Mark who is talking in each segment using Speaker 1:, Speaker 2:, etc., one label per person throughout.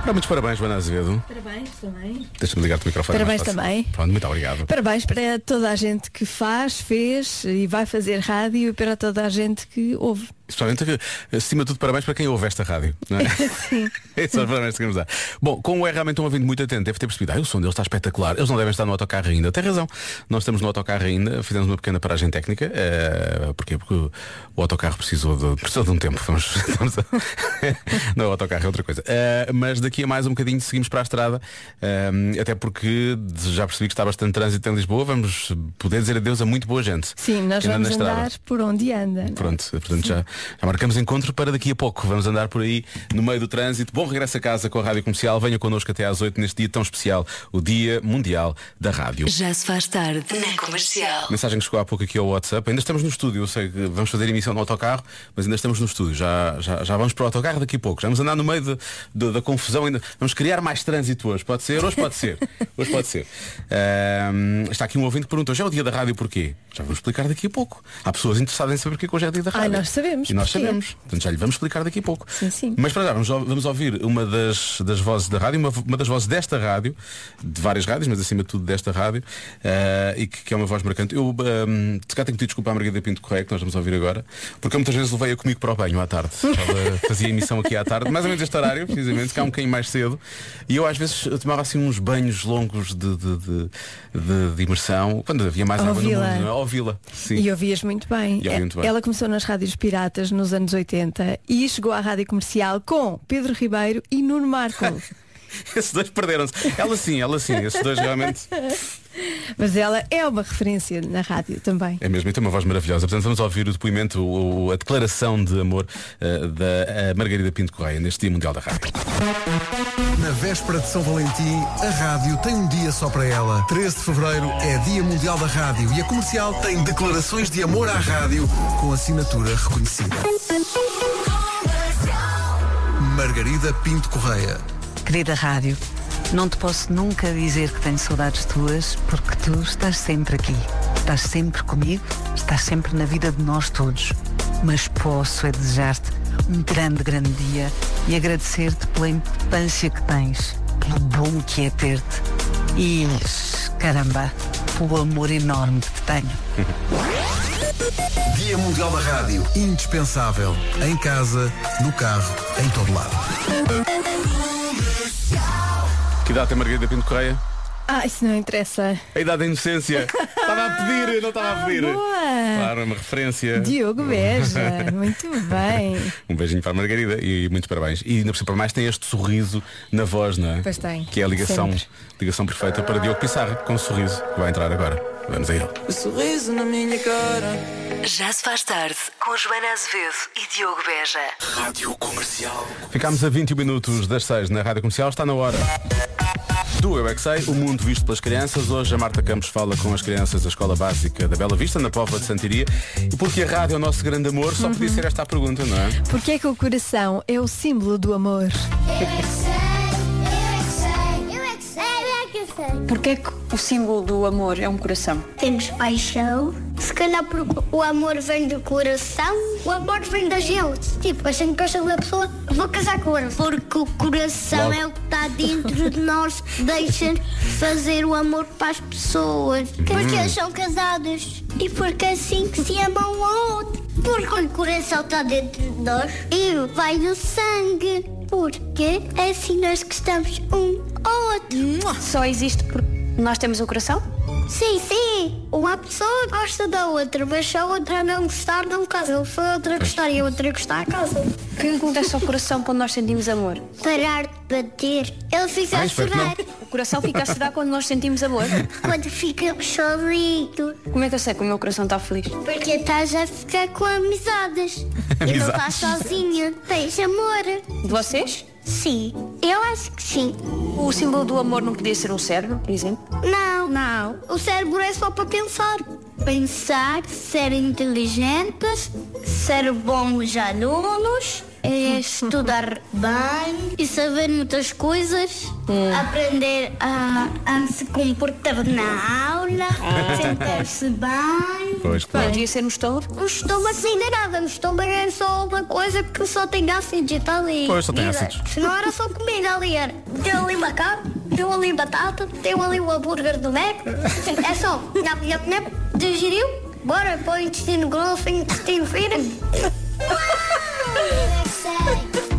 Speaker 1: Está muitos parabéns, Joana Azevedo.
Speaker 2: Parabéns também.
Speaker 1: Deixa-me ligar-te o microfone. é mais
Speaker 2: Parabéns
Speaker 1: fácil.
Speaker 2: também.
Speaker 1: Pronto, muito obrigado.
Speaker 2: Parabéns para toda a gente que faz, fez e vai fazer rádio e para toda a gente que ouve.
Speaker 1: Especialmente, acima de tudo, parabéns para quem ouve esta rádio. Não é?
Speaker 2: Sim.
Speaker 1: Esses são os parabéns que queremos dar. Bom, como é realmente um ouvinte muito atento, deve ter percebido, ah, o som deles está espetacular. Eles não devem estar no autocarro ainda. Tem razão. Nós estamos no autocarro ainda, fizemos uma pequena paragem técnica. eh, porquê? Porque o, o autocarro precisou de, precisou de um tempo. Vamos, vamos a- não, o autocarro é outra coisa. Eh, mas daqui a mais um bocadinho seguimos para a estrada, eh, até porque já percebi que está bastante trânsito em Lisboa. Vamos poder dizer adeus a muito boa gente.
Speaker 2: Sim, nós
Speaker 1: que anda
Speaker 2: vamos
Speaker 1: na estrada.
Speaker 2: andar por onde anda. não é?
Speaker 1: Pronto, portanto já, já marcamos encontro para daqui a pouco. Vamos andar por aí no meio do trânsito. Bom regresso a casa com a Rádio Comercial. Venha connosco até às 8 neste dia tão especial, o Dia Mundial da Rádio.
Speaker 3: Já se faz tarde na comercial.
Speaker 1: Mensagem que chegou há pouco aqui ao WhatsApp. Ainda estamos no estúdio, eu sei que vamos fazer emissão no autocarro, mas ainda estamos no estúdio. Já, já, já vamos para o autocarro daqui a pouco. Já vamos andar no meio de- de- da confusão. Ainda. Vamos criar mais trânsito hoje. Pode ser? Hoje pode ser. Hoje pode ser. Ahm, está aqui um ouvinte que pergunta, hoje é o dia da rádio porquê? Já vamos explicar daqui a pouco. Há pessoas interessadas em saber porque que hoje é o dia da
Speaker 2: Ai,
Speaker 1: rádio.
Speaker 2: nós sabemos
Speaker 1: E nós
Speaker 2: porquê.
Speaker 1: sabemos. Portanto, já lhe vamos explicar daqui a pouco.
Speaker 2: Sim, sim.
Speaker 1: Mas para já, vamos, ou- vamos ouvir uma das, das vozes da rádio, uma, uma das vozes desta rádio, de várias rádios, mas acima de tudo desta rádio, eh, e que, que é uma voz marcante. Eu, ehm, se cá tenho que pedir desculpa à Margarida Pinto Correia, que nós vamos ouvir agora, porque eu muitas vezes levei-a comigo para o banho à tarde. Ela fazia emissão aqui à tarde, mais ou menos este horário, precisamente, se cá um bocadinho mais cedo, e eu às vezes eu tomava assim uns banhos longos de, de, de, de- de imersão, quando havia mais
Speaker 2: Ao
Speaker 1: água
Speaker 2: vila.
Speaker 1: no mundo, não é? Ao vila. Sim.
Speaker 2: E ouvias muito bem.
Speaker 1: E ouvi muito bem.
Speaker 2: Ela começou nas rádios piratas nos anos 80 e chegou à rádio comercial com Pedro Ribeiro e Nuno Marco.
Speaker 1: Esses dois perderam-se. Ela sim, ela sim, esses dois realmente.
Speaker 2: Mas ela é uma referência na rádio também.
Speaker 1: É mesmo, e tem uma voz maravilhosa. Portanto, vamos ouvir o depoimento, o- o- a declaração de amor eh, da eh, Margarida Pinto Correia neste Dia Mundial da Rádio.
Speaker 4: Na véspera de São Valentim, a rádio tem um dia só para ela. 13 de fevereiro é Dia Mundial da Rádio e a comercial tem declarações de amor à rádio com assinatura reconhecida. Margarida Pinto Correia.
Speaker 5: Querida rádio, não te posso nunca dizer que tenho saudades tuas, porque tu estás sempre aqui. Estás sempre comigo, estás sempre na vida de nós todos. Mas posso é desejar-te um grande, grande dia e agradecer-te pela importância que tens, pelo bom que é ter-te e, caramba, pelo amor enorme que te tenho.
Speaker 4: Dia Mundial da Rádio. Indispensável. Em casa, no carro, em todo lado.
Speaker 1: Que idade tem Margarida Pinto Correia?
Speaker 2: Ah, isso não interessa.
Speaker 1: A idade da inocência. estava a pedir, não estava a pedir.
Speaker 2: boa.
Speaker 1: Claro, é uma referência.
Speaker 2: Diogo Beja, muito bem.
Speaker 1: Um beijinho para a Margarida e, muitos parabéns. E ainda por cima, para mais tem este sorriso na voz, não é?
Speaker 2: Pois tem,
Speaker 1: Que é a ligação,
Speaker 2: sempre.
Speaker 1: ligação perfeita para Diogo Pissarra, com um sorriso, que vai entrar agora. Vamos a ele.
Speaker 6: Sorriso na minha cara.
Speaker 3: Já se faz tarde com Joana Azevedo e Diogo Beja.
Speaker 1: Ficámos a 21 minutos das 6 na Rádio Comercial, está na hora. Do Eu é Que Sei, o mundo visto pelas crianças. Hoje a Marta Campos fala com as crianças da Escola Básica da Bela Vista, na Póvoa de Santiria. E porque a rádio é o nosso grande amor, só podia ser esta a pergunta, não é?
Speaker 2: Porquê é que o coração é o símbolo do amor?
Speaker 7: é é
Speaker 8: Porquê que o símbolo do amor é um coração?
Speaker 7: Temos paixão. Se calhar porque o amor vem do coração, o amor vem da gente. Tipo, a gente gosta da pessoa, vou casar com ela. Porque o coração
Speaker 1: Logo.
Speaker 7: é o que está dentro de nós, deixa fazer o amor para as pessoas. Porque eles são casados e porque assim que se amam um ao outro. Porque o coração está dentro de nós e vai do sangue. Porque assim nós gostamos um ao outro.
Speaker 8: Só existe porque nós temos o coração?
Speaker 7: Sim, sim. Uma pessoa gosta da outra, mas se a outra não gostar, não casa. Se a outra gostar e a outra gostar, casa.
Speaker 8: O que acontece ao coração quando nós sentimos amor?
Speaker 7: Parar de bater. Ele fica
Speaker 1: Ah,
Speaker 7: a
Speaker 1: espero que não.
Speaker 7: chorar.
Speaker 8: O coração fica a chorar quando nós sentimos amor.
Speaker 7: Quando ficamos sorrindo.
Speaker 8: Como é que eu sei que o meu coração está feliz?
Speaker 7: Porque estás a ficar com amizades. E não estás sozinha. Tens amor.
Speaker 8: De vocês?
Speaker 7: Sim. Eu acho que sim.
Speaker 8: O símbolo do amor não podia ser um cérebro, por exemplo?
Speaker 7: Não. Não. O cérebro é só para pensar. Pensar, ser inteligentes, ser bons alunos, eh, estudar bem e saber muitas coisas, aprender a, a se comportar na aula, sentar-se bem,
Speaker 1: Pois,
Speaker 8: Não
Speaker 1: claro.
Speaker 8: devia ser no estômago.
Speaker 7: O estômago ainda nada, o estômago é só uma coisa que só tem ácidos e tal e.
Speaker 1: Pois, só tem
Speaker 7: e-
Speaker 1: ácidos.
Speaker 7: Se não era só comida ali, era. Deu ali uma carne, deu ali batata, deu ali o hambúrguer do Mac. É só, nhap, nhap, nhap, digeriu, bora põe intestino grosso, intestino fino.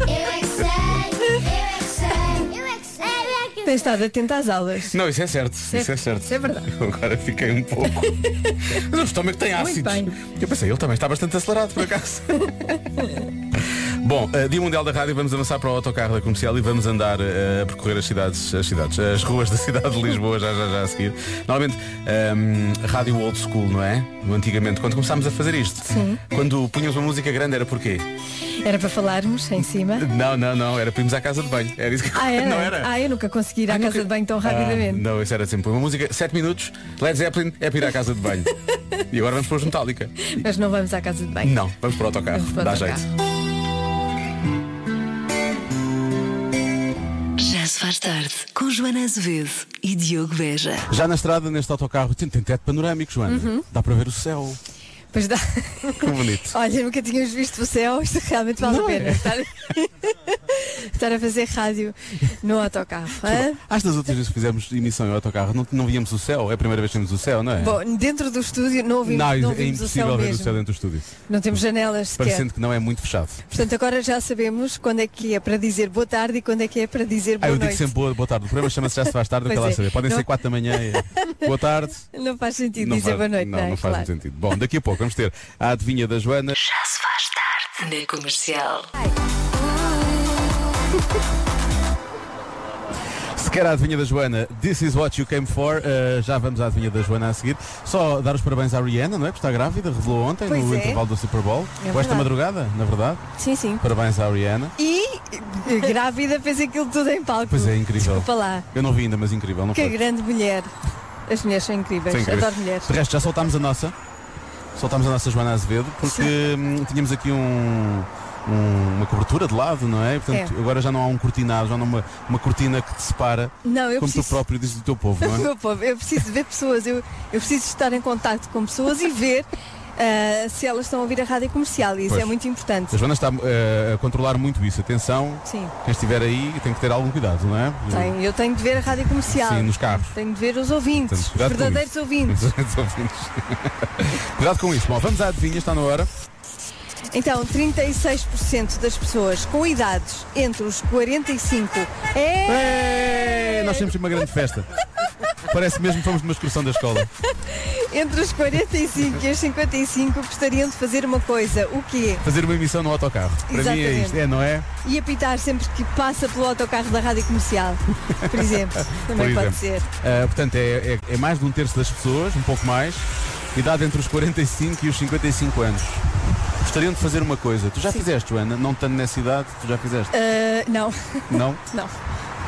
Speaker 7: é é
Speaker 1: é
Speaker 2: Tens estado atento às aulas.
Speaker 1: Não, isso é certo. Isso é certo.
Speaker 2: Isso é verdade.
Speaker 1: Eu Agora fiquei um pouco. Mas o estômago tem ácidos.
Speaker 2: bem.
Speaker 1: Eu pensei, ele também está bastante acelerado por acaso. Bom, eh, Dia Mundial da Rádio, vamos avançar para o autocarro da comercial e vamos andar eh, a percorrer as cidades, as cidades, as ruas da cidade de Lisboa já já já a seguir. Normalmente, ehm, rádio old school, não é? Antigamente, quando começámos a fazer isto,
Speaker 2: Sim.
Speaker 1: quando punhamos uma música grande era porquê?
Speaker 2: Era para falarmos em cima.
Speaker 1: Não, não, não, era para irmos à casa de banho. Era isso que
Speaker 2: Ah, era?
Speaker 1: não era?
Speaker 2: Ah, eu nunca consegui ir à
Speaker 1: Ah,
Speaker 2: casa
Speaker 1: nunca-
Speaker 2: de banho tão
Speaker 1: Ah,
Speaker 2: rapidamente.
Speaker 1: não, isso era sempre uma música, 7 minutos, Led Zeppelin é para ir à casa de banho. e agora vamos para os Metallica.
Speaker 2: Mas não vamos à casa de banho.
Speaker 1: Não, vamos para o autocarro.
Speaker 2: Vamos para o
Speaker 1: Dá
Speaker 2: autocarro.
Speaker 1: jeito.
Speaker 3: Já se faz tarde com Joana Azevedo e Diogo Veja.
Speaker 1: Já na estrada, neste autocarro, tem, tem teto panorâmico, Joana.
Speaker 2: Uhum.
Speaker 1: Dá para ver o céu.
Speaker 2: Pois dá.
Speaker 1: Que bonito. é?
Speaker 2: Olha, nunca tínhamos visto o céu, isto realmente vale a pena. Estar... estar a fazer rádio no autocarro. hã?
Speaker 1: Acho que das outras vezes que fizemos emissão em autocarro, não, não víamos o céu. É a primeira vez que vimos o céu, não é?
Speaker 2: Bom, dentro do estúdio não ouvimos,
Speaker 1: não,
Speaker 2: não,
Speaker 1: é
Speaker 2: ouvimos o
Speaker 1: impossível
Speaker 2: céu
Speaker 1: ver
Speaker 2: mesmo.
Speaker 1: o céu dentro do estúdio.
Speaker 2: Não temos janelas sequer.
Speaker 1: Parecendo que não é muito fechado.
Speaker 2: Portanto, agora já sabemos quando é que é para dizer boa tarde e quando é que é para dizer
Speaker 1: Ah,
Speaker 2: boa
Speaker 1: eu digo
Speaker 2: noite.
Speaker 1: sempre boa, boa tarde. O programa chama-se Já se faz tarde, eu
Speaker 2: Pois
Speaker 1: quero lá
Speaker 2: é.
Speaker 1: saber. Podem
Speaker 2: Não-
Speaker 1: ser 4 da manhã. é. Boa tarde.
Speaker 2: Não faz sentido
Speaker 1: faz-
Speaker 2: dizer boa noite, não,
Speaker 1: não,
Speaker 2: é?
Speaker 1: não faz
Speaker 2: Claro.
Speaker 1: muito sentido. Bom, daqui a pouco vamos ter a adivinha da Joana.
Speaker 3: Já se faz tarde na comercial.
Speaker 1: Se quer a adivinha da Joana, This is what you came for, eh, já vamos à adivinha da Joana a seguir. Só dar os parabéns à Rihanna, não é? Que está grávida, revelou ontem
Speaker 2: Pois
Speaker 1: no
Speaker 2: é.
Speaker 1: intervalo do Super Bowl.
Speaker 2: É
Speaker 1: Ou esta
Speaker 2: verdade.
Speaker 1: madrugada, na verdade.
Speaker 2: Sim, sim.
Speaker 1: Parabéns à Rihanna.
Speaker 2: E eh, grávida fez aquilo tudo em palco.
Speaker 1: Pois é, incrível.
Speaker 2: Desculpa lá.
Speaker 1: Eu não vi ainda, mas incrível, não
Speaker 2: Que
Speaker 1: foi?
Speaker 2: grande mulher. As mulheres são incríveis.
Speaker 1: Foi incrível.
Speaker 2: Adoro mulheres.
Speaker 1: De resto, já soltámos a nossa. Soltámos a nossa Joana Azevedo, porque hum, tínhamos aqui um- um- uma cobertura de lado, não é? Portanto,
Speaker 2: É.
Speaker 1: agora já não há um cortinado, já não há uma, uma cortina que te separa,
Speaker 2: Não, eu
Speaker 1: como tu
Speaker 2: preciso.
Speaker 1: próprio dizes do teu povo, não é?
Speaker 2: Meu povo, eu preciso de ver pessoas, eu, eu preciso estar em contacto com pessoas e ver ah, se elas estão a ouvir a rádio comercial. E isso
Speaker 1: Pois.
Speaker 2: é muito importante.
Speaker 1: A Joana está eh, a controlar muito isso. Atenção,
Speaker 2: Sim.
Speaker 1: quem estiver aí tem que ter algum cuidado, não é?
Speaker 2: Tenho- eu tenho de ver a rádio comercial.
Speaker 1: Sim, nos carros.
Speaker 2: Tenho de ver os ouvintes,
Speaker 1: Portanto,
Speaker 2: os
Speaker 1: cuidado com
Speaker 2: verdadeiros
Speaker 1: isso.
Speaker 2: ouvintes.
Speaker 1: Os ouvintes. cuidado com isso. Bom, vamos à adivinha, está na hora.
Speaker 2: Então, 36% das pessoas com idades entre os 45 é.
Speaker 1: Ei, Nós temos uma grande festa. Parece mesmo que fomos numa excursão da escola.
Speaker 2: entre os 45 e os 55 gostariam de fazer uma coisa. O quê?
Speaker 1: Fazer uma emissão no autocarro. Para mim é
Speaker 2: Exatamente.
Speaker 1: isto, é, não é?
Speaker 2: E apitar sempre que passa pelo autocarro da rádio comercial, por exemplo. Também
Speaker 1: Por
Speaker 2: pode
Speaker 1: exemplo.
Speaker 2: ser.
Speaker 1: Ah, portanto, é, é- é mais de um terço das pessoas, um pouco mais, idade entre os 45 e os 55 anos. Gostariam de fazer uma coisa. Tu já fizeste, Joana? Não estando nessa idade, tu já fizeste?
Speaker 2: Ah, não,
Speaker 1: Não?
Speaker 2: não.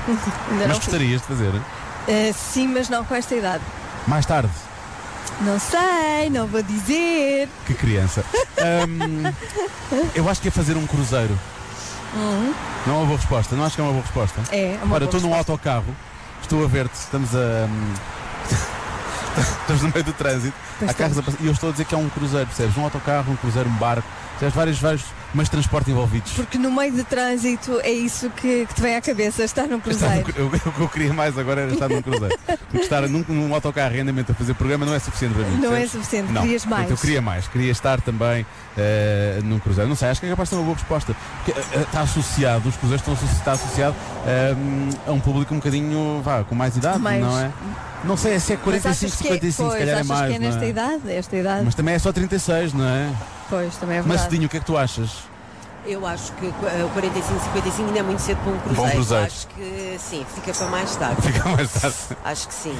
Speaker 2: Ainda
Speaker 1: Mas
Speaker 2: não fiz.
Speaker 1: gostarias de fazer?
Speaker 2: Ah, sim, mas não com esta idade.
Speaker 1: Mais tarde.
Speaker 2: Não sei, não vou dizer.
Speaker 1: Que criança. Ahm, eu acho que é fazer um cruzeiro. Não é uma boa resposta. Não acho que é uma boa resposta.
Speaker 2: Uhum. É, é uma
Speaker 1: Ora,
Speaker 2: boa
Speaker 1: estou num
Speaker 2: resposta.
Speaker 1: autocarro, estou a ver-te, estamos a. hum, estamos no meio do trânsito,
Speaker 2: Pois
Speaker 1: há carros a passar, e eu estou a dizer que é um cruzeiro, percebes? Um autocarro, um cruzeiro, um barco, percebes? Vários, vários, mas transporte envolvidos.
Speaker 2: Porque no meio de trânsito é isso que, que te vem à cabeça, estar num
Speaker 1: Estar num
Speaker 2: cruzeiro.
Speaker 1: cru- eu, eu- o que eu queria mais agora era estar num cruzeiro. Porque estar num, num autocarro em andamento a fazer programa não é suficiente para mim.
Speaker 2: Não é
Speaker 1: percebes?
Speaker 2: suficiente,
Speaker 1: Não.
Speaker 2: querias mais.
Speaker 1: Portanto, Eu queria mais, queria estar também eh, num cruzeiro. Não sei, acho que é capaz de ser uma boa resposta. Porque, eh, eh, está associado, os cruzeiros estão associ- está associado eh, a um público um bocadinho vá, com mais idade,
Speaker 2: Mais-
Speaker 1: não é? Não sei se é
Speaker 2: Mas
Speaker 1: 45,
Speaker 2: achas que é,
Speaker 1: 55,
Speaker 2: pois,
Speaker 1: se calhar é
Speaker 2: achas
Speaker 1: mais.
Speaker 2: que é
Speaker 1: não é?
Speaker 2: nesta idade? Esta idade,
Speaker 1: Mas também é só 36, não é?
Speaker 2: pois, também é
Speaker 1: Mas
Speaker 2: verdade.
Speaker 1: Cedinho, o que é que tu achas?
Speaker 9: Eu acho que eh, o 45, 55 ainda é muito cedo para um cruzeiro.
Speaker 1: cruzeiro.
Speaker 9: Acho que sim, fica para mais tarde.
Speaker 1: Fica mais tarde.
Speaker 9: Acho que sim.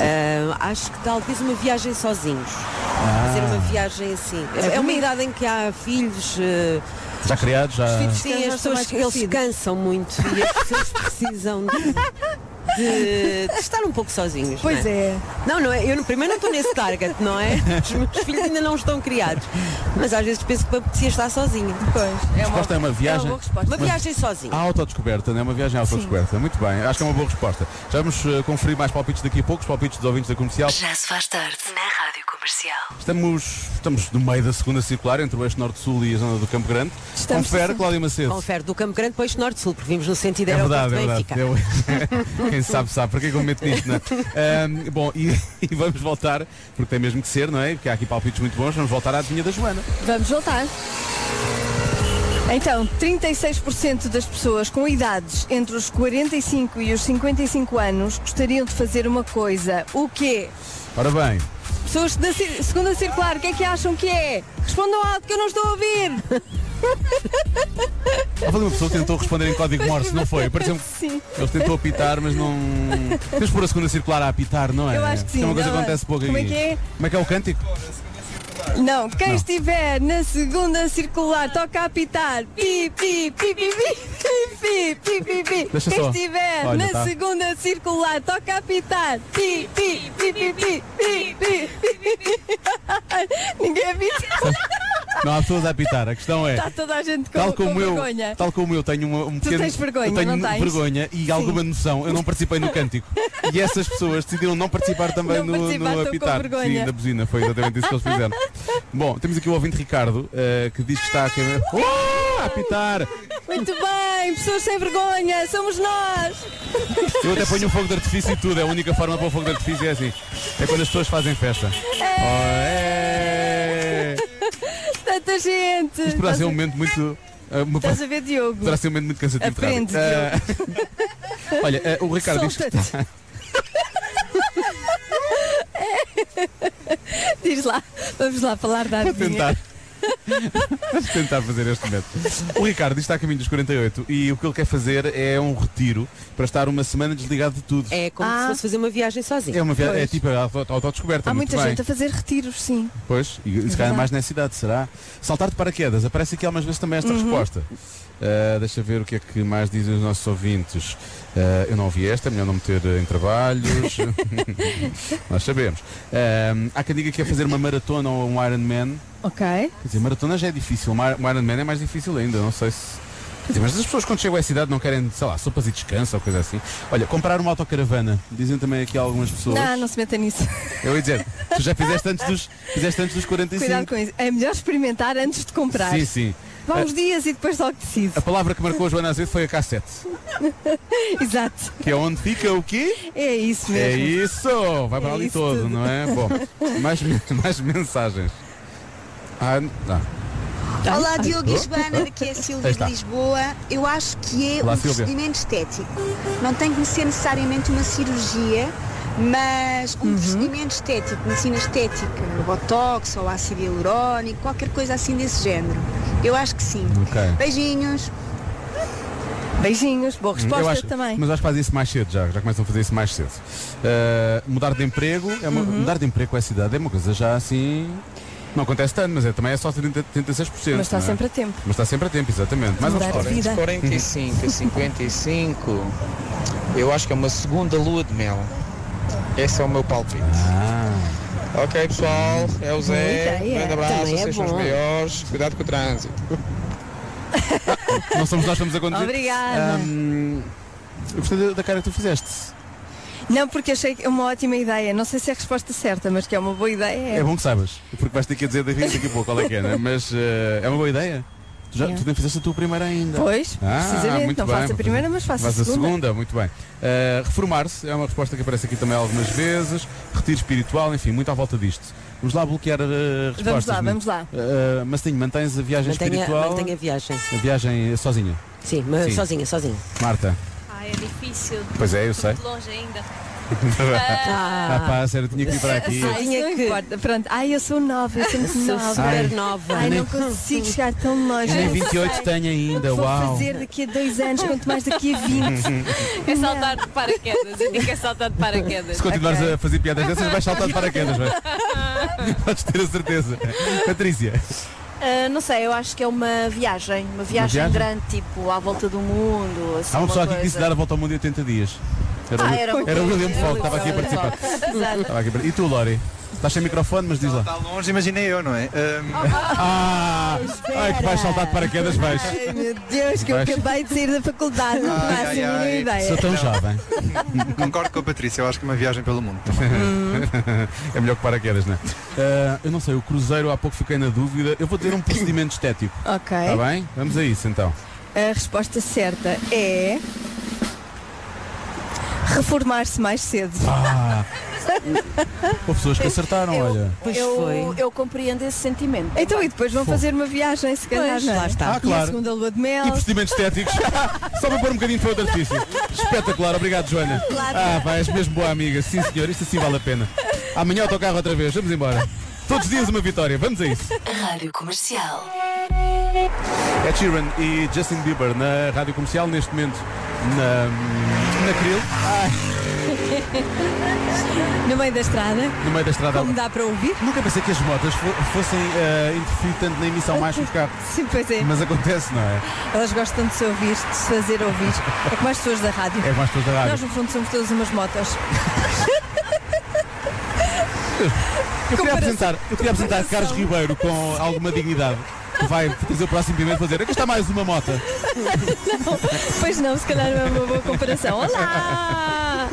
Speaker 9: Ah, acho que talvez uma viagem sozinhos.
Speaker 1: Ah.
Speaker 9: Fazer uma viagem assim. É, uma idade em que há filhos. eh,
Speaker 1: Já criado, já.
Speaker 9: sim,
Speaker 2: já
Speaker 9: as
Speaker 2: estão
Speaker 9: pessoas
Speaker 2: mais
Speaker 9: eles
Speaker 2: crescidos.
Speaker 9: cansam muito e as pessoas precisam de, de- de estar um pouco sozinhos.
Speaker 2: Pois
Speaker 9: não
Speaker 2: é.
Speaker 9: Não, não é. Eu no primeiro não estou nesse target, não é? Os meus filhos ainda não estão criados. Mas às vezes penso que aprecia estar sozinho.
Speaker 2: Pois, é uma,
Speaker 1: resposta é uma viagem.
Speaker 2: boa resposta.
Speaker 9: Uma viagem sozinho.
Speaker 1: A autodescoberta, não é? Uma viagem à autodescoberta. Muito bem, acho que é uma boa resposta. Já vamos eh, conferir mais palpites daqui a pouco, os palpites dos ouvintes da comercial.
Speaker 3: Já se faz tarde na rádio comercial. Comercial.
Speaker 1: Estamos, estamos no meio da segunda circular, entre o eixo norte-sul e a zona do Campo Grande.
Speaker 2: Estamos,
Speaker 1: Confere,
Speaker 2: sim.
Speaker 1: Cláudia Macedo.
Speaker 9: Confere do Campo Grande para o Eixo Norte-Sul, porque vimos no sentido
Speaker 1: É
Speaker 9: aeroporto
Speaker 1: verdade, é verdade.
Speaker 9: Benfica.
Speaker 1: Eu- Quem sabe sabe, para que é que eu me meto nisto, não é? Ahm, bom, e, e vamos voltar, porque tem mesmo que ser, não é? Porque há aqui palpites muito bons, vamos voltar à adivinha da Joana.
Speaker 2: Vamos voltar. Então, 36% das pessoas com idades entre os 45 e os 55 anos gostariam de fazer uma coisa. O quê?
Speaker 1: Ora bem,
Speaker 2: Pessoas da cir- segunda circular, o que é que acham que é? Respondam alto que eu não estou a ouvir.
Speaker 1: houve ali uma pessoa que tentou responder em código Morse, não foi? um Pareceu
Speaker 2: Sim.
Speaker 1: ele tentou apitar, mas não. Tens por a segunda circular a apitar, não é?
Speaker 2: Eu acho que sim,
Speaker 1: É uma coisa que
Speaker 2: não é?
Speaker 1: acontece pouco
Speaker 2: Como é
Speaker 1: aqui.
Speaker 2: que é?
Speaker 1: Como é que é o cântico?
Speaker 2: Não, quem estiver na segunda circular toca a apitar. Pi, pi, pi, pi, pi, pi, pi, pi, pi.
Speaker 1: Deixa
Speaker 2: quem
Speaker 1: só.
Speaker 2: estiver
Speaker 1: Olha,
Speaker 2: na
Speaker 1: tá.
Speaker 2: segunda circular toca a apitar. Pi, pi, pi, pi, pi, pi, pi, pi. Ninguém apita.
Speaker 1: Não há pessoas a apitar, a questão é.
Speaker 2: Está toda a gente Tá com,
Speaker 1: Tal
Speaker 2: com
Speaker 1: como, eu,
Speaker 2: vergonha.
Speaker 1: tal como eu tenho uma, um pequeno,
Speaker 2: tens vergonha,
Speaker 1: eu tenho
Speaker 2: não tens?
Speaker 1: vergonha e alguma noção, eu não participei no cântico. E essas pessoas decidiram não participar também
Speaker 2: Não
Speaker 1: no,
Speaker 2: participar,
Speaker 1: no
Speaker 2: estão com
Speaker 1: apitar.
Speaker 2: vergonha.
Speaker 1: Sim, da buzina, foi exatamente isso que eles fizeram. Bom, temos aqui o ouvinte Ricardo, eh, que diz que está a querer. Oh, a apitar!
Speaker 2: Muito bem, pessoas sem vergonha, somos nós.
Speaker 1: Eu até ponho um fogo de artifício e tudo, é a única forma para o fogo de artifício é assim. É quando as pessoas fazem festa. Oh, é.
Speaker 2: Tanta gente.
Speaker 1: Isto poderá ser um
Speaker 2: Estás
Speaker 1: momento muito. eh, uma-
Speaker 2: a- Estás a ver, Diogo?
Speaker 1: Poderá ser um momento muito cansativo.
Speaker 2: Aprende,
Speaker 1: Ricardo. Eh, Olha, eh, o Ricardo diz que
Speaker 2: Solta-te. Diz lá, vamos lá falar da
Speaker 1: É. Vou
Speaker 2: adivinha.
Speaker 1: tentar. Vamos tentar fazer este método. O Ricardo está a caminho dos 48 e o que ele quer fazer é um retiro para estar uma semana desligado de tudo.
Speaker 9: É como
Speaker 2: Ah.
Speaker 9: se fosse fazer uma viagem sozinho.
Speaker 1: É uma viagem, é
Speaker 2: Pois.
Speaker 1: tipo a auto- autodescoberta.
Speaker 2: Há
Speaker 1: muito
Speaker 2: muita
Speaker 1: bem.
Speaker 2: gente a fazer retiros, sim.
Speaker 1: Pois, e se calhar mais nessa idade, será? Saltar de paraquedas, aparece aqui algumas vezes também
Speaker 2: Uhum.
Speaker 1: esta resposta. Ah, deixa ver o que é que mais dizem os nossos ouvintes. Ah, eu não ouvi esta, é melhor não meter eh, em trabalhos. Nós sabemos. Ah, há quem diga que é fazer uma maratona ou um Ironman.
Speaker 2: Ok.
Speaker 1: Quer dizer, maratona já é difícil, mar- um Ironman é mais difícil ainda, não sei se. Quer dizer, mas as pessoas quando chegam a essa idade não querem, sei lá, sopas e descanso ou coisa assim. Olha, comprar uma autocaravana, dizem também aqui algumas pessoas.
Speaker 2: Não, não se meta nisso.
Speaker 1: Eu ia dizer, tu já fizeste antes dos, fizeste antes dos 45.
Speaker 2: Cuidado com isso. É melhor experimentar antes de comprar.
Speaker 1: Sim, sim.
Speaker 2: Vá uns dias e depois logo decide.
Speaker 1: A palavra que marcou a Joana Azevedo foi a cassete,
Speaker 2: Exato.
Speaker 1: que é onde fica o quê?
Speaker 2: É isso
Speaker 1: É
Speaker 2: mesmo.
Speaker 1: isso! Vai para
Speaker 2: É
Speaker 1: ali
Speaker 2: isso
Speaker 1: todo,
Speaker 2: tudo.
Speaker 1: não é? Bom, mais, men- mais mensagens. Ah, não.
Speaker 10: Olá Diogo e Joana, daqui é a
Speaker 1: Aí
Speaker 10: Silvia de
Speaker 1: está.
Speaker 10: Lisboa. Eu acho que é
Speaker 1: Olá,
Speaker 10: um
Speaker 1: Silvia.
Speaker 10: procedimento estético. Não tem que ser necessariamente uma cirurgia, mas um
Speaker 8: Uhum.
Speaker 10: procedimento estético, medicina estética, botox ou ácido hialurónico, qualquer coisa assim desse género. Eu acho que sim.
Speaker 1: Ok.
Speaker 10: Beijinhos.
Speaker 2: Beijinhos, boa resposta
Speaker 1: Eu acho-
Speaker 2: também.
Speaker 1: Mas acho que fazem isso mais cedo já, já começam a fazer isso mais cedo. Ah, mudar de emprego, é uma-
Speaker 2: Uhum.
Speaker 1: mudar de emprego com essa idade é uma coisa já assim. Não acontece tanto, mas é, também é só 30, 36%.
Speaker 2: Mas está
Speaker 1: não é?
Speaker 2: sempre a tempo.
Speaker 1: Mas está sempre a tempo, exatamente. Mais uma
Speaker 2: Mudar de
Speaker 1: história.
Speaker 2: vida.
Speaker 11: 45, 55, eu acho que é uma segunda lua de mel. Esse é o meu palpite. Ok pessoal, é o Zé.
Speaker 9: Boa ideia.
Speaker 11: Grande abraço,
Speaker 9: Também é
Speaker 11: vocês são os
Speaker 9: bom.
Speaker 11: maiores. Cuidado com o trânsito.
Speaker 1: Não somos nós que estamos a conduzir.
Speaker 2: Obrigada.
Speaker 1: Ah. Ahm, eu gostei da- da cara que tu fizeste.
Speaker 2: Não, porque achei que é uma ótima ideia. Não sei se é a resposta certa, mas que é uma boa ideia.
Speaker 1: É bom que saibas, porque vais ter que dizer daqui daqui a pouco qual é que é, né? mas eh, é uma boa ideia. Tu, já,
Speaker 2: É.
Speaker 1: tu nem fizeste a tua primeira ainda. Ah,
Speaker 2: Pois, precisamente. Não faço a primeira, mas faço a
Speaker 1: Faz a
Speaker 2: segunda.
Speaker 1: segunda, muito bem. Eh, Reformar-se é uma resposta que aparece aqui também algumas vezes. Retiro espiritual, enfim, muito à volta disto. Vamos lá bloquear eh, respostas.
Speaker 2: Vamos lá,
Speaker 1: né?
Speaker 2: vamos lá.
Speaker 1: Eh, mas tenho, mantens a viagem
Speaker 9: Mantenha,
Speaker 1: espiritual.
Speaker 9: mantenha a viagem.
Speaker 1: A viagem sozinha.
Speaker 9: Sim, mas
Speaker 1: Sim.
Speaker 9: sozinha, sozinha.
Speaker 1: Marta.
Speaker 6: Ah, é difícil.
Speaker 1: Pois é, eu sei.
Speaker 6: longe ainda.
Speaker 1: Ah, pá, a sério, tinha que vir para aqui.
Speaker 2: Ah, isso
Speaker 9: Tinha
Speaker 2: não
Speaker 9: que-
Speaker 2: importa. Pronto. Ai, eu sou nova, eu sou muito
Speaker 9: Sou
Speaker 2: nova.
Speaker 9: super nova.
Speaker 2: tá. Ai, não consigo chegar tão longe.
Speaker 1: Nem
Speaker 2: Não
Speaker 1: 28
Speaker 2: sei.
Speaker 1: tenho ainda,
Speaker 2: Vou
Speaker 1: uau.
Speaker 2: fazer daqui a dois anos, quanto mais daqui a 20.
Speaker 6: É saltar de paraquedas. Eu digo que é saltar de paraquedas.
Speaker 1: Se continuares a fazer piadas dessas, vais saltar de paraquedas, vai. Podes ter a certeza. Patrícia.
Speaker 12: Ah, não sei, eu acho que é uma viagem, uma viagem,
Speaker 1: viagem?
Speaker 12: grande, tipo à volta do mundo. Assim,
Speaker 1: Há uma pessoa aqui
Speaker 12: coisa.
Speaker 1: que disse dar a volta ao mundo em 80 dias. Era, o-
Speaker 12: Ah, era o-
Speaker 1: era o William Fogg,
Speaker 12: William
Speaker 1: estava aqui a
Speaker 12: Fogg.
Speaker 1: participar.
Speaker 12: Exato.
Speaker 1: Estava aqui a par- E tu, Lori? Estás sem microfone, mas diz lá.
Speaker 13: Está longe, imaginei eu, não é?
Speaker 1: Ah, ai, que vais saltar de paraquedas, vais.
Speaker 2: Ai, meu Deus, que eu
Speaker 13: Vais.
Speaker 2: acabei de sair da faculdade, não
Speaker 13: Ai,
Speaker 2: faço a
Speaker 13: ai,
Speaker 2: mínima
Speaker 13: ai.
Speaker 2: ideia.
Speaker 13: Sou tão jovem.
Speaker 1: Bem.
Speaker 13: Concordo com a Patrícia, eu acho que é uma viagem pelo mundo.
Speaker 1: é melhor que paraquedas, não é? Ah, eu não sei, o cruzeiro há pouco fiquei na dúvida. Eu vou ter um procedimento estético.
Speaker 2: Ok.
Speaker 1: Está Tá bem? Vamos a isso então.
Speaker 2: A resposta certa é. Reformar-se mais cedo.
Speaker 1: Ah, houve pessoas que acertaram, olha.
Speaker 8: eu, Eu compreendo esse sentimento.
Speaker 2: Então, e depois vão
Speaker 1: Fogo.
Speaker 2: fazer uma viagem, se calhar,
Speaker 8: Pois,
Speaker 2: não é?
Speaker 8: lá está.
Speaker 1: Ah, claro.
Speaker 2: E a segunda lua de mel.
Speaker 1: E procedimentos estéticos. Só para pôr um bocadinho de fogo de artifício. Espetacular, obrigado Joana.
Speaker 2: Claro.
Speaker 1: Ah, pá, és mesmo boa amiga. Sim senhor, isto assim vale a pena. Amanhã autocarro outra vez, vamos embora. Todos os dias uma vitória, vamos a isso.
Speaker 12: Rádio Comercial.
Speaker 1: Ed Sheeran e Justin Bieber na Rádio Comercial, neste momento na, na Cril,
Speaker 2: no meio da estrada.
Speaker 1: no meio da estrada.
Speaker 2: Como dá para ouvir?
Speaker 1: Nunca pensei que as motas fo- fossem uh, interferir tanto na emissão mais que os carros.
Speaker 2: Sim, pois é.
Speaker 1: Mas acontece, não é?
Speaker 2: Elas gostam de se ouvir, de se fazer ouvir. É como as pessoas da rádio.
Speaker 1: É como as pessoas da rádio.
Speaker 2: Nós, no fundo, somos todas umas motas.
Speaker 1: Eu queria apresentar, eu queria apresentar Carlos Ribeiro com alguma dignidade. que Vai trazer o próximo pimento e fazer. Aqui está mais uma moto.
Speaker 2: não, pois não, se calhar não é uma boa comparação. Olá!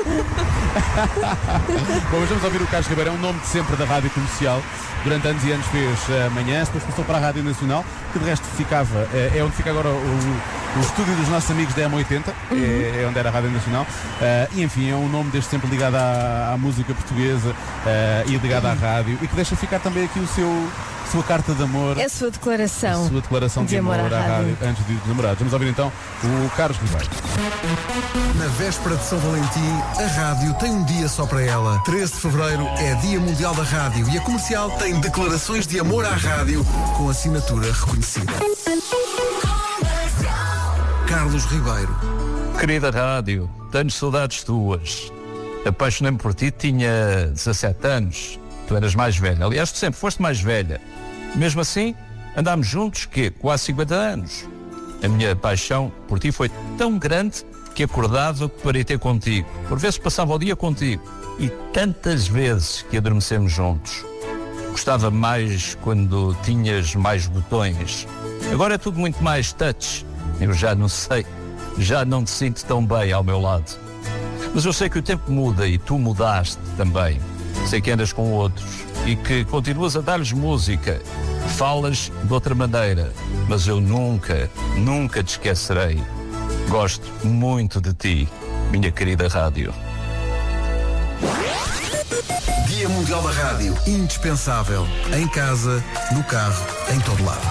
Speaker 1: Bom, mas vamos ouvir o Carlos Ribeiro, é um nome de sempre da rádio comercial. Durante anos e anos fez eh, manhãs, depois passou para a Rádio Nacional, que de resto ficava, eh, é onde fica agora o, o estúdio dos nossos amigos da M80, é, é onde era a Rádio Nacional. Eh, e enfim, é um nome desde sempre ligado à, à música portuguesa eh, e ligado à rádio e que deixa ficar também aqui o seu sua carta de amor.
Speaker 2: É a sua declaração.
Speaker 1: a Sua declaração de, amor, à rádio antes de ir dos namorados. Vamos ouvir então o Carlos Ribeiro.
Speaker 4: Na véspera de São Valentim, a rádio tem um dia só para ela. 13 de fevereiro é Dia Mundial da Rádio e a comercial tem declarações de amor à rádio com assinatura reconhecida. Carlos Ribeiro.
Speaker 9: Querida rádio, tenho saudades tuas. Apaixonei-me por ti, tinha 17 anos. Tu eras mais velha. Aliás, tu sempre foste mais velha. Mesmo assim, andámos juntos, que quase 50 anos. A minha paixão por ti foi tão grande que acordava para ir ter contigo. Por vezes passava o dia contigo. E tantas vezes que adormecemos juntos. Gostava mais quando tinhas mais botões. Agora é tudo muito mais touch. Eu já não sei, já não te sinto tão bem ao meu lado. Mas eu sei que o tempo muda e tu mudaste também. Sei que andas com outros e que continuas a dar-lhes música. Falas de outra maneira, mas eu nunca, nunca te esquecerei. Gosto muito de ti, minha querida rádio.
Speaker 4: Dia Mundial da Rádio. Indispensável. Em casa, no carro, em todo lado.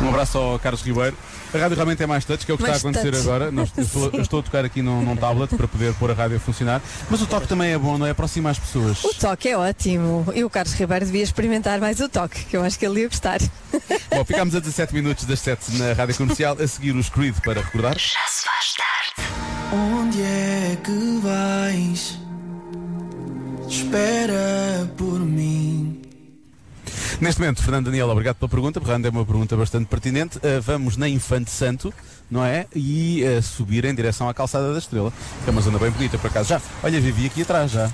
Speaker 1: Um abraço ao Carlos Ribeiro. A rádio realmente é mais touch, que é o que
Speaker 4: Mais
Speaker 1: está a acontecer
Speaker 4: touch.
Speaker 1: agora. Nós- eu, estou, eu estou a tocar aqui num, num tablet para poder pôr a rádio a funcionar. Mas o toque também é bom, não é? Aproxima as pessoas.
Speaker 2: O toque é ótimo. E o Carlos Ribeiro devia experimentar mais o toque, que eu acho que ele ia gostar.
Speaker 1: Bom, ficámos a 17 minutos das 7 na rádio comercial. A seguir os Creed para recordar.
Speaker 12: Já se faz tarde.
Speaker 14: Onde é que vais? Espera por mim.
Speaker 1: Neste momento, Fernando Daniel, obrigado pela pergunta. Fernando, é uma pergunta bastante pertinente. Ah, vamos na Infante Santo, não é? E ah, subir em direção à Calçada da Estrela, que é uma zona bem bonita, por acaso. Já, olha, vivi aqui atrás já.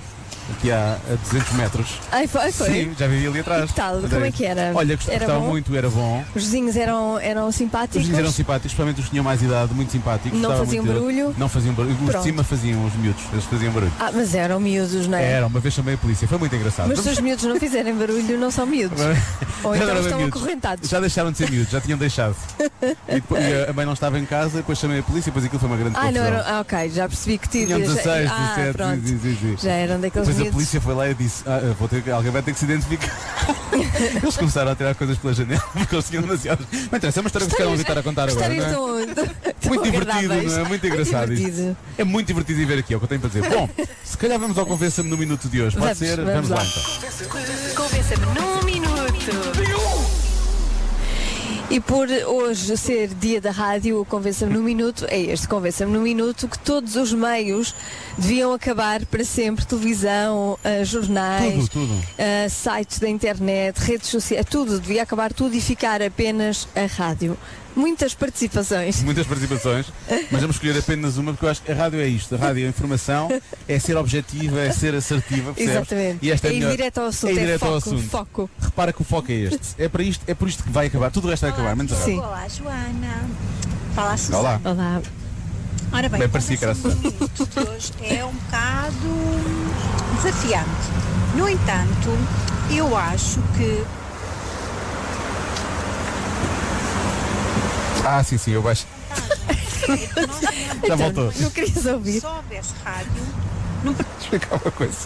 Speaker 1: Aqui há a 200 metros.
Speaker 2: Ai, foi, foi.
Speaker 1: Sim, já vivi ali atrás.
Speaker 2: E que tal? Como é que era?
Speaker 1: Olha, gost-
Speaker 2: Era
Speaker 1: gostava
Speaker 2: bom?
Speaker 1: muito, era bom.
Speaker 2: Os vizinhos eram, eram
Speaker 1: Os
Speaker 2: simpáticos.
Speaker 1: meninos eram simpáticos, principalmente os que tinham mais idade, muito simpáticos.
Speaker 2: Não
Speaker 1: gostava
Speaker 2: faziam
Speaker 1: muito deles.
Speaker 2: barulho?
Speaker 1: Não faziam barulho. Os
Speaker 2: Pronto.
Speaker 1: de cima faziam, os miúdos, eles faziam barulho.
Speaker 2: Ah, mas eram miúdos, não é?
Speaker 1: Era, uma vez chamei a polícia, foi muito engraçado.
Speaker 2: Mas se os
Speaker 1: Vamos-
Speaker 2: miúdos não fizerem barulho, não são miúdos. Ou
Speaker 1: Já não
Speaker 2: então
Speaker 1: eram
Speaker 2: estão
Speaker 1: miúdos.
Speaker 2: acorrentados.
Speaker 1: Já deixaram de ser miúdos, já tinham deixado. E, depois- e a mãe não estava em casa, depois chamei a polícia, depois aquilo foi uma grande
Speaker 2: Ah, não
Speaker 1: confusão.
Speaker 2: eram. Ah, ok, já percebi que tive.
Speaker 1: Tinham 16,
Speaker 2: já... Ah,
Speaker 1: 17,
Speaker 2: pronto.
Speaker 1: sim, sim, sim, sim.
Speaker 2: Já eram daqueles
Speaker 1: Depois a
Speaker 2: miúdos.
Speaker 1: polícia foi lá e disse, "Ah, eu vou ter, que- alguém vai ter que se identificar. Eles começaram a tirar coisas pela janela, porque eles tinham demasiadas. Não interessa, é uma história que se calhar vão evitar a contar agora.
Speaker 2: Então, Histórias
Speaker 1: não é?
Speaker 2: tão- tão- tão
Speaker 1: Muito divertido,
Speaker 2: agradáveis.
Speaker 1: não é? Muito
Speaker 2: Ai,
Speaker 1: engraçado isto.
Speaker 2: divertido.
Speaker 1: É muito divertido ir ver aqui, é o que eu tenho para dizer. Bom, se calhar vamos ao Convença-me no Minuto de hoje. Pode
Speaker 2: Vamos,
Speaker 1: ser?
Speaker 2: vamos
Speaker 1: lá.
Speaker 2: lá.
Speaker 1: então.
Speaker 15: Convença-me num minuto.
Speaker 2: E por hoje ser dia da rádio, o Convença-me no Minuto é este Convença-me no Minuto que todos os meios deviam acabar para sempre televisão, ah, jornais,
Speaker 1: Tudo, tudo.
Speaker 2: ah, sites da internet, redes sociais, tudo, devia acabar tudo e ficar apenas a rádio. muitas participações.
Speaker 1: Muitas participações, mas vamos escolher apenas uma porque eu acho que a rádio é isto. A rádio é informação, é ser objetiva, é ser assertiva, percebes?
Speaker 2: Exatamente.
Speaker 1: E esta é
Speaker 2: é
Speaker 1: a
Speaker 2: ir
Speaker 1: melhor.
Speaker 2: direto ao assunto,
Speaker 1: É ir
Speaker 2: é
Speaker 1: direto ao
Speaker 2: foco,
Speaker 1: assunto.
Speaker 2: foco.
Speaker 1: Repara que o foco é este. É, para isto, é por isto que vai acabar. Tudo o resto vai acabar, menos a rádio.
Speaker 12: Olá, Joana. Fala,
Speaker 1: Olá.
Speaker 12: Susana.
Speaker 2: Olá.
Speaker 12: Ora bem, um
Speaker 1: Bem, parecia que era
Speaker 12: começa
Speaker 1: Susana.
Speaker 12: com isto, que hoje é um bocado desafiante. No entanto, eu acho que
Speaker 1: Ah, sim, sim, eu baixo. Já voltou.
Speaker 2: querias ouvir.
Speaker 12: Só houvesse rádio.
Speaker 1: Explicar uma coisa.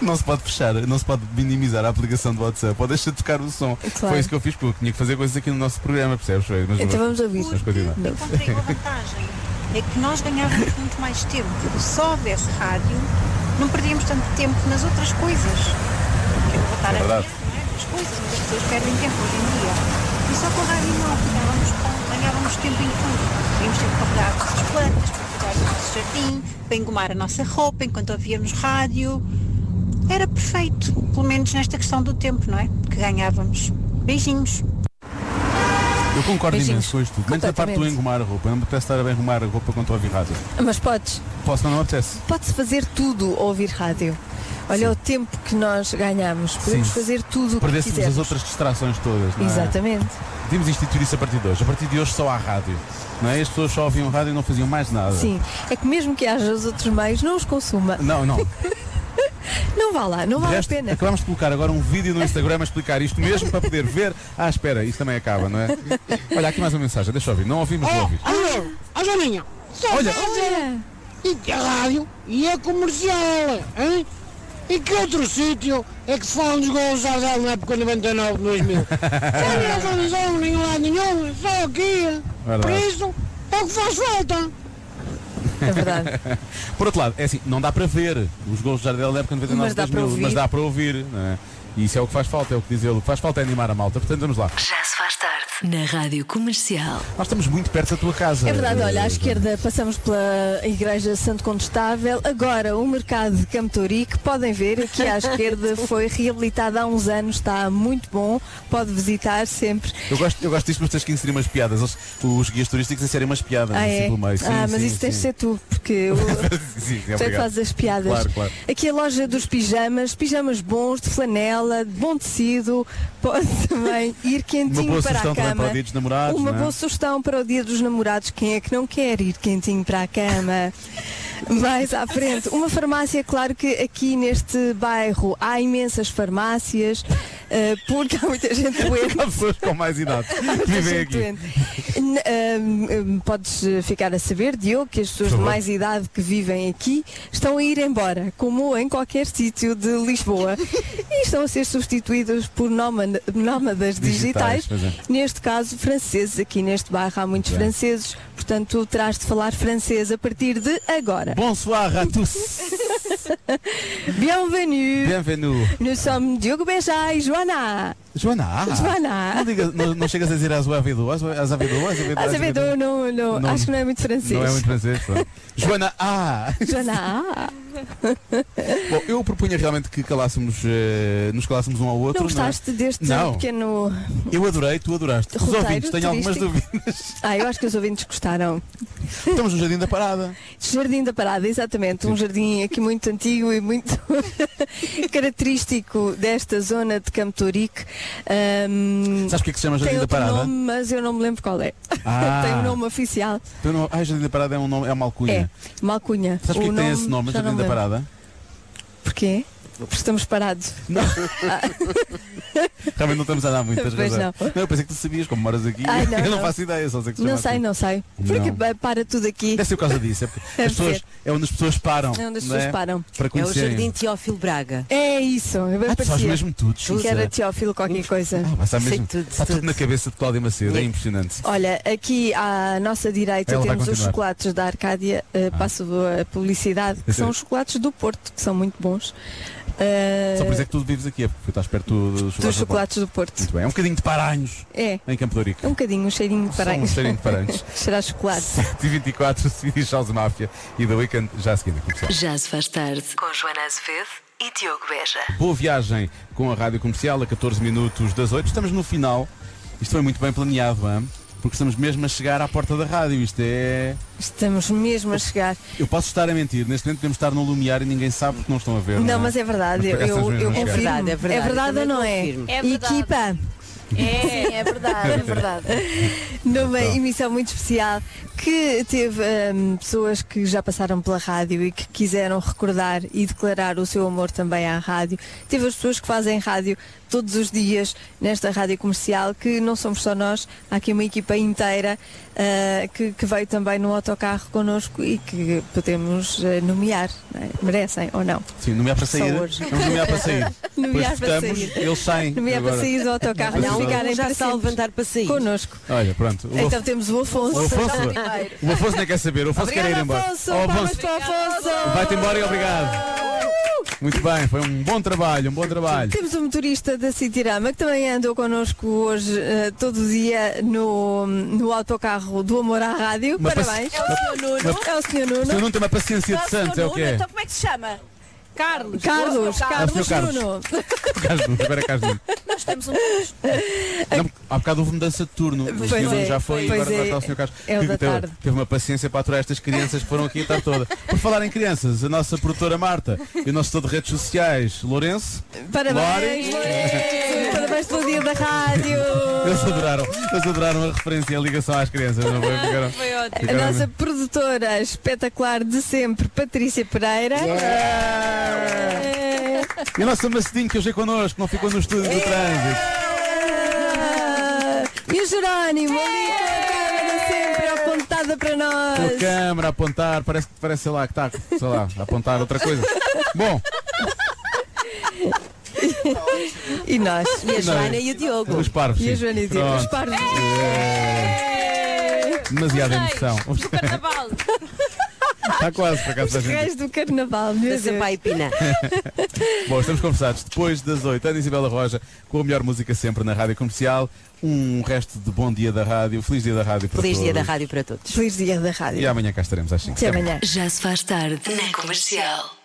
Speaker 1: Não se pode fechar, não se pode minimizar a aplicação do WhatsApp. Ou deixa de tocar o som.
Speaker 2: É Claro.
Speaker 1: Foi isso que eu fiz, porque eu tinha que fazer coisas aqui no nosso programa, percebes? Foi, mas-
Speaker 2: Então vamos ouvir.
Speaker 1: Mas continua.
Speaker 12: Encontrei uma vantagem. É que nós ganhávamos muito mais tempo. Se só houvesse rádio, não perdíamos tanto tempo nas outras coisas. Que eu vou
Speaker 1: É
Speaker 12: estar a ver, não é?
Speaker 1: verdade.
Speaker 12: As coisas, mas as pessoas perdem tempo hoje em dia. E só com a rádio não, ganhávamos, com- ganhávamos tempo em tudo. Tínhamos tempo para cuidar das nossas plantas, para cuidar do nosso jardim, para engomar a nossa roupa enquanto ouvíamos rádio. Era perfeito, pelo menos nesta questão do tempo, não é? Que ganhávamos. Beijinhos.
Speaker 1: Eu concordo
Speaker 12: Beijinhos.
Speaker 1: imenso com isto tudo. Menos a parte do
Speaker 2: Completamente.
Speaker 1: engomar a roupa. Não me apetece estar a bem arrumar a roupa quando estou a ouvir rádio.
Speaker 2: Mas podes,
Speaker 1: Posso, mas não me apetece.
Speaker 2: pode-se fazer tudo ao ouvir rádio. Olha o tempo que nós ganhamos. Podemos
Speaker 1: Sim.
Speaker 2: fazer tudo o que
Speaker 1: Perdêssemos as
Speaker 2: quisermos.
Speaker 1: outras distrações todas, não é?
Speaker 2: Exatamente.
Speaker 1: Devíamos instituir isso a partir de hoje. A partir de hoje só há rádio. Não é? As pessoas só ouviam rádio e não faziam mais nada.
Speaker 2: Sim. É que mesmo que haja os outros meios, não os consuma.
Speaker 1: Não, não.
Speaker 2: Não vá lá, não
Speaker 1: De
Speaker 2: vale a
Speaker 1: resto,
Speaker 2: pena.
Speaker 1: Acabamos de colocar agora um vídeo no Instagram a explicar isto mesmo para poder ver. Ah, espera, isto também acaba, não é? Olha, aqui mais uma mensagem, deixa eu ouvir. Não ouvimos,
Speaker 2: É.
Speaker 1: vou ouvir.
Speaker 9: Alô, Ah, a Joaninha.
Speaker 1: Olha.
Speaker 9: E a rádio e a comercial, hein? Em que outro sítio é que se fala nos gols de Ardal na época 99, 2000? Olha, não organizaram nenhum lado nenhum, só aqui.
Speaker 1: Verdade.
Speaker 9: Por isso, é o que faz falta.
Speaker 2: É verdade.
Speaker 1: Por outro lado, é assim, não dá para ver os gols de Jardel da época de 99
Speaker 2: Mas dá para
Speaker 1: 2000,
Speaker 2: ouvir.
Speaker 1: mas dá para ouvir, não é? E isso é o que faz falta, é o que diz ele. O que faz falta é animar a malta, portanto vamos lá.
Speaker 16: Já se faz tarde na Rádio Comercial.
Speaker 1: Nós estamos muito perto da tua casa.
Speaker 2: É verdade,
Speaker 1: Eh,
Speaker 2: olha, à esquerda passamos pela Igreja Santo Condestável, agora o mercado de Camtori, que podem ver aqui à esquerda foi reabilitado há uns anos, está muito bom, pode visitar sempre.
Speaker 1: Eu gosto, eu gosto disto, mas tens que inserir umas piadas. Os, os guias turísticos inserem umas piadas
Speaker 2: Ah,
Speaker 1: assim
Speaker 2: é?
Speaker 1: pelo meio. Sim,
Speaker 2: ah mas
Speaker 1: sim,
Speaker 2: isso tens de
Speaker 1: sim.
Speaker 2: ser tu, porque eu,
Speaker 1: Sim, sim,
Speaker 2: tu é que
Speaker 1: obrigado.
Speaker 2: fazes as piadas.
Speaker 1: Claro, claro.
Speaker 2: Aqui a loja dos pijamas, pijamas bons, de flanela, de bom tecido, pode também ir
Speaker 1: Uma
Speaker 2: quentinho
Speaker 1: boa
Speaker 2: para
Speaker 1: sugestão
Speaker 2: a
Speaker 1: também
Speaker 2: cama.
Speaker 1: para o dia dos namorados.
Speaker 2: Uma
Speaker 1: não é?
Speaker 2: boa sugestão para o dia dos namorados, quem é que não quer ir quentinho para a cama? Mais à frente, uma farmácia, claro que aqui neste bairro há imensas farmácias, eh, porque há muita gente doente.
Speaker 1: Há pessoas com mais idade que vivem aqui.
Speaker 2: Doente. N- ahm, ahm, podes eh, ficar a saber, Diogo, que as pessoas de
Speaker 1: favor.
Speaker 2: mais idade que vivem aqui estão a ir embora, como em qualquer sítio de Lisboa, e estão a ser substituídos por nómada- nómadas
Speaker 1: Digitais,
Speaker 2: digitais,
Speaker 1: pois é.
Speaker 2: neste caso franceses. Aqui neste bairro há muitos franceses, portanto terás de falar francês a partir de agora.
Speaker 1: Bonsoir à tous.
Speaker 2: Bienvenue.
Speaker 1: Bienvenue.
Speaker 2: Nous sommes Diogo Beja e Joana.
Speaker 1: Joana. ah,
Speaker 2: Joana.
Speaker 1: Não, digas- não- não chegas a dizer às Azevedo, às Azevedo,
Speaker 2: Azevedo, não, não,
Speaker 1: Não-
Speaker 2: acho que não é muito francês.
Speaker 1: Não é muito francês. pronto. Joana A.
Speaker 2: Joana.
Speaker 1: Bom, eu propunha realmente que calássemos, eh, nos calássemos um ao outro.
Speaker 2: Não gostaste deste
Speaker 1: Não.
Speaker 2: pequeno.
Speaker 1: Eu adorei, tu adoraste. Os
Speaker 2: Roteiro
Speaker 1: ouvintes, tenho algumas
Speaker 2: turístico.
Speaker 1: dúvidas.
Speaker 2: Ah, eu acho que os ouvintes gostaram.
Speaker 1: Estamos no um Jardim da Parada.
Speaker 2: Jardim da Parada, exatamente. Um jardim aqui muito antigo e muito característico desta zona de Campo Tourique. Ahm,
Speaker 1: Sabes porque é que se chama Jardim
Speaker 2: tem
Speaker 1: da
Speaker 2: outro
Speaker 1: Parada?
Speaker 2: nome, mas eu não me lembro qual é.
Speaker 1: Ah.
Speaker 2: tem um nome oficial.
Speaker 1: Teu nome- Ah, Jardim da Parada é, um nome, é uma alcunha.
Speaker 2: É, Malcunha.
Speaker 1: Sabes
Speaker 2: O
Speaker 1: porque tem esse nome,
Speaker 2: já não
Speaker 1: Jardim da
Speaker 2: me lembro.
Speaker 1: Parada?
Speaker 2: Porquê? Porque estamos parados.
Speaker 1: Realmente não estamos a dar muitas
Speaker 2: Pois
Speaker 1: razão.
Speaker 2: não.
Speaker 1: eu pensei que tu sabias como moras aqui.
Speaker 2: Ai, não,
Speaker 1: eu não,
Speaker 2: não.
Speaker 1: faço ideia, só sei que se
Speaker 2: Não
Speaker 1: chama
Speaker 2: sei,
Speaker 1: assim.
Speaker 2: não sei.
Speaker 1: Não.
Speaker 2: Porque pa- para tudo aqui.
Speaker 1: Deve ser por causa disso. É, porque
Speaker 2: Deve
Speaker 1: as pessoas,
Speaker 2: ser.
Speaker 1: é onde as pessoas param.
Speaker 2: É onde as
Speaker 1: não
Speaker 2: pessoas param.
Speaker 17: É
Speaker 1: Para
Speaker 17: o
Speaker 1: conhecerem.
Speaker 17: Jardim Teófilo Braga.
Speaker 2: É isso, eu bem
Speaker 1: Ah, tu fazes
Speaker 2: parecia.
Speaker 1: mesmo tudo,
Speaker 2: Que
Speaker 1: Xuxa.
Speaker 2: era Teófilo qualquer coisa.
Speaker 1: Ah, mas está
Speaker 2: Sei
Speaker 1: mesmo, está tudo, na cabeça de Cláudia Macedo, é impressionante.
Speaker 2: Olha, aqui à nossa direita
Speaker 1: Ela vai
Speaker 2: temos os
Speaker 1: continuar. Ah.
Speaker 2: chocolates da Arcádia, eh, passo a publicidade, que são os chocolates do Porto, que são muito bons. Eh,
Speaker 1: Só por isso é que tu vives aqui, é porque estás perto dos chocolates,
Speaker 2: dos chocolates do Porto.
Speaker 1: Muito bem, é um bocadinho de paranhos
Speaker 2: É,
Speaker 1: em Campo de Ourique.
Speaker 2: é um bocadinho, um cheirinho de
Speaker 1: Só um
Speaker 2: paranhos.
Speaker 1: cheirinho de paranhos.
Speaker 2: Será chocolate.
Speaker 1: 24, Swedish House Mafia e The Weekend já a seguir na comercial.
Speaker 16: Já se faz tarde com Joana Azevedo e Diogo Beja.
Speaker 1: Boa viagem com a Rádio Comercial a 14 minutos das 8. Estamos no final. Isto foi muito bem planeado, hã? porque estamos mesmo a chegar à porta da rádio. Isto é.
Speaker 2: Estamos mesmo a chegar.
Speaker 1: Eu posso estar a mentir, neste momento podemos estar no lumiar e ninguém sabe porque não estão a ver.
Speaker 2: Não, mas é verdade,
Speaker 1: por acaso
Speaker 2: eu,
Speaker 1: estamos mesmo
Speaker 2: eu
Speaker 1: a chegar.
Speaker 2: confirmo. É verdade, ou não é?
Speaker 8: É verdade.
Speaker 2: Equipa.
Speaker 8: É, é verdade, é verdade.
Speaker 2: Numa
Speaker 1: Então.
Speaker 2: emissão muito especial que teve hum, pessoas que já passaram pela rádio e que quiseram recordar e declarar o seu amor também à rádio. Teve as pessoas que fazem rádio todos os dias nesta rádio comercial, que não somos só nós, há aqui uma equipa inteira ah, que, que veio também no autocarro connosco e que podemos ah, nomear, não é? merecem ou não.
Speaker 1: Sim, nomear para
Speaker 2: Só
Speaker 1: sair.
Speaker 2: hoje.
Speaker 1: Vamos nomear para sair.
Speaker 2: Nomear
Speaker 1: Depois
Speaker 2: para
Speaker 1: votamos,
Speaker 2: sair.
Speaker 1: Eles saem.
Speaker 2: Nomear para
Speaker 1: agora.
Speaker 2: sair do autocarro
Speaker 1: Não,
Speaker 2: e ficarem
Speaker 9: já
Speaker 2: para
Speaker 9: se a
Speaker 2: sempre
Speaker 9: levantar para sair.
Speaker 2: Connosco.
Speaker 1: Olha, pronto. O
Speaker 2: Então
Speaker 1: Afonso-
Speaker 2: temos o Afonso.
Speaker 1: o Afonso, o Afonso nem quer saber, o Afonso quer ir
Speaker 2: Obrigada,
Speaker 1: embora.
Speaker 2: Afonso.
Speaker 1: Oh,
Speaker 2: Palmas para o Afonso.
Speaker 1: Vai-te embora e obrigado. Muito bem, foi um bom trabalho, um bom trabalho.
Speaker 2: Temos um motorista da Citirama que também andou connosco hoje eh, todo o dia no, no autocarro do Amor à Rádio.
Speaker 1: Mas
Speaker 2: Parabéns.
Speaker 1: passe- É o Sr. Nuno. mas-
Speaker 2: É o Sr.
Speaker 1: O senhor
Speaker 2: Nuno.
Speaker 1: não tem uma paciência de santo, é o que
Speaker 2: né?
Speaker 1: é.
Speaker 12: Então como é que se chama? Carlos.
Speaker 2: Carlos,
Speaker 12: Boa,
Speaker 2: Carlos,
Speaker 1: Carlos.
Speaker 2: Nuno.
Speaker 1: Carlos Nunes, espera, é Carlos Nunes.
Speaker 12: Nós temos um Carlos.
Speaker 1: Não, há bocado houve mudança de turno. O
Speaker 2: Pois
Speaker 1: senhor
Speaker 2: é,
Speaker 1: Nuno já foi e
Speaker 2: pois
Speaker 1: agora
Speaker 2: é.
Speaker 1: vai estar o senhor Carlos.
Speaker 2: É o
Speaker 1: que
Speaker 2: da
Speaker 1: teve,
Speaker 2: tarde.
Speaker 1: teve uma paciência para aturar estas crianças que foram aqui a tarde toda. Por falar em crianças, a nossa produtora Marta e o nosso todo de redes sociais, Lourenço.
Speaker 2: Parabéns, Lourenço. Parabéns pelo dia da rádio.
Speaker 1: Eles adoraram, eles adoraram a referência e a ligação às crianças, não foi? Ficaram-
Speaker 2: A
Speaker 1: ficaram-
Speaker 2: nossa produtora espetacular de sempre, Patrícia Pereira. Eh,
Speaker 1: E a nossa Macedinho que hoje é connosco, não ficou no estúdio
Speaker 2: É.
Speaker 1: do trânsito.
Speaker 2: E o Jerónimo, ali com a câmera sempre apontada para
Speaker 1: Com a
Speaker 2: nós.
Speaker 1: câmera a apontar, parece, parece sei lá, que está, sei lá, a apontar outra coisa. Bom,
Speaker 2: E nós.
Speaker 9: E a Joana e o Diogo.
Speaker 1: é? os parvos.
Speaker 9: E a
Speaker 1: sim.
Speaker 9: Joana e o Diogo, os
Speaker 1: Pronto.
Speaker 9: parvos.
Speaker 1: É. Demasiada emoção. Está quase para cá
Speaker 2: Os reis do carnaval,
Speaker 9: Da
Speaker 2: meu
Speaker 9: Sampaio e Pina.
Speaker 1: Bom, estamos conversados depois das 8. Ana Isabela Roja com a melhor música sempre na rádio comercial. Um resto de bom dia da rádio. Feliz dia da rádio para
Speaker 9: Feliz
Speaker 1: todos.
Speaker 9: dia da rádio para todos.
Speaker 2: Feliz dia da rádio.
Speaker 1: E amanhã cá estaremos às 5.
Speaker 2: Até amanhã.
Speaker 18: Já se faz tarde na comercial.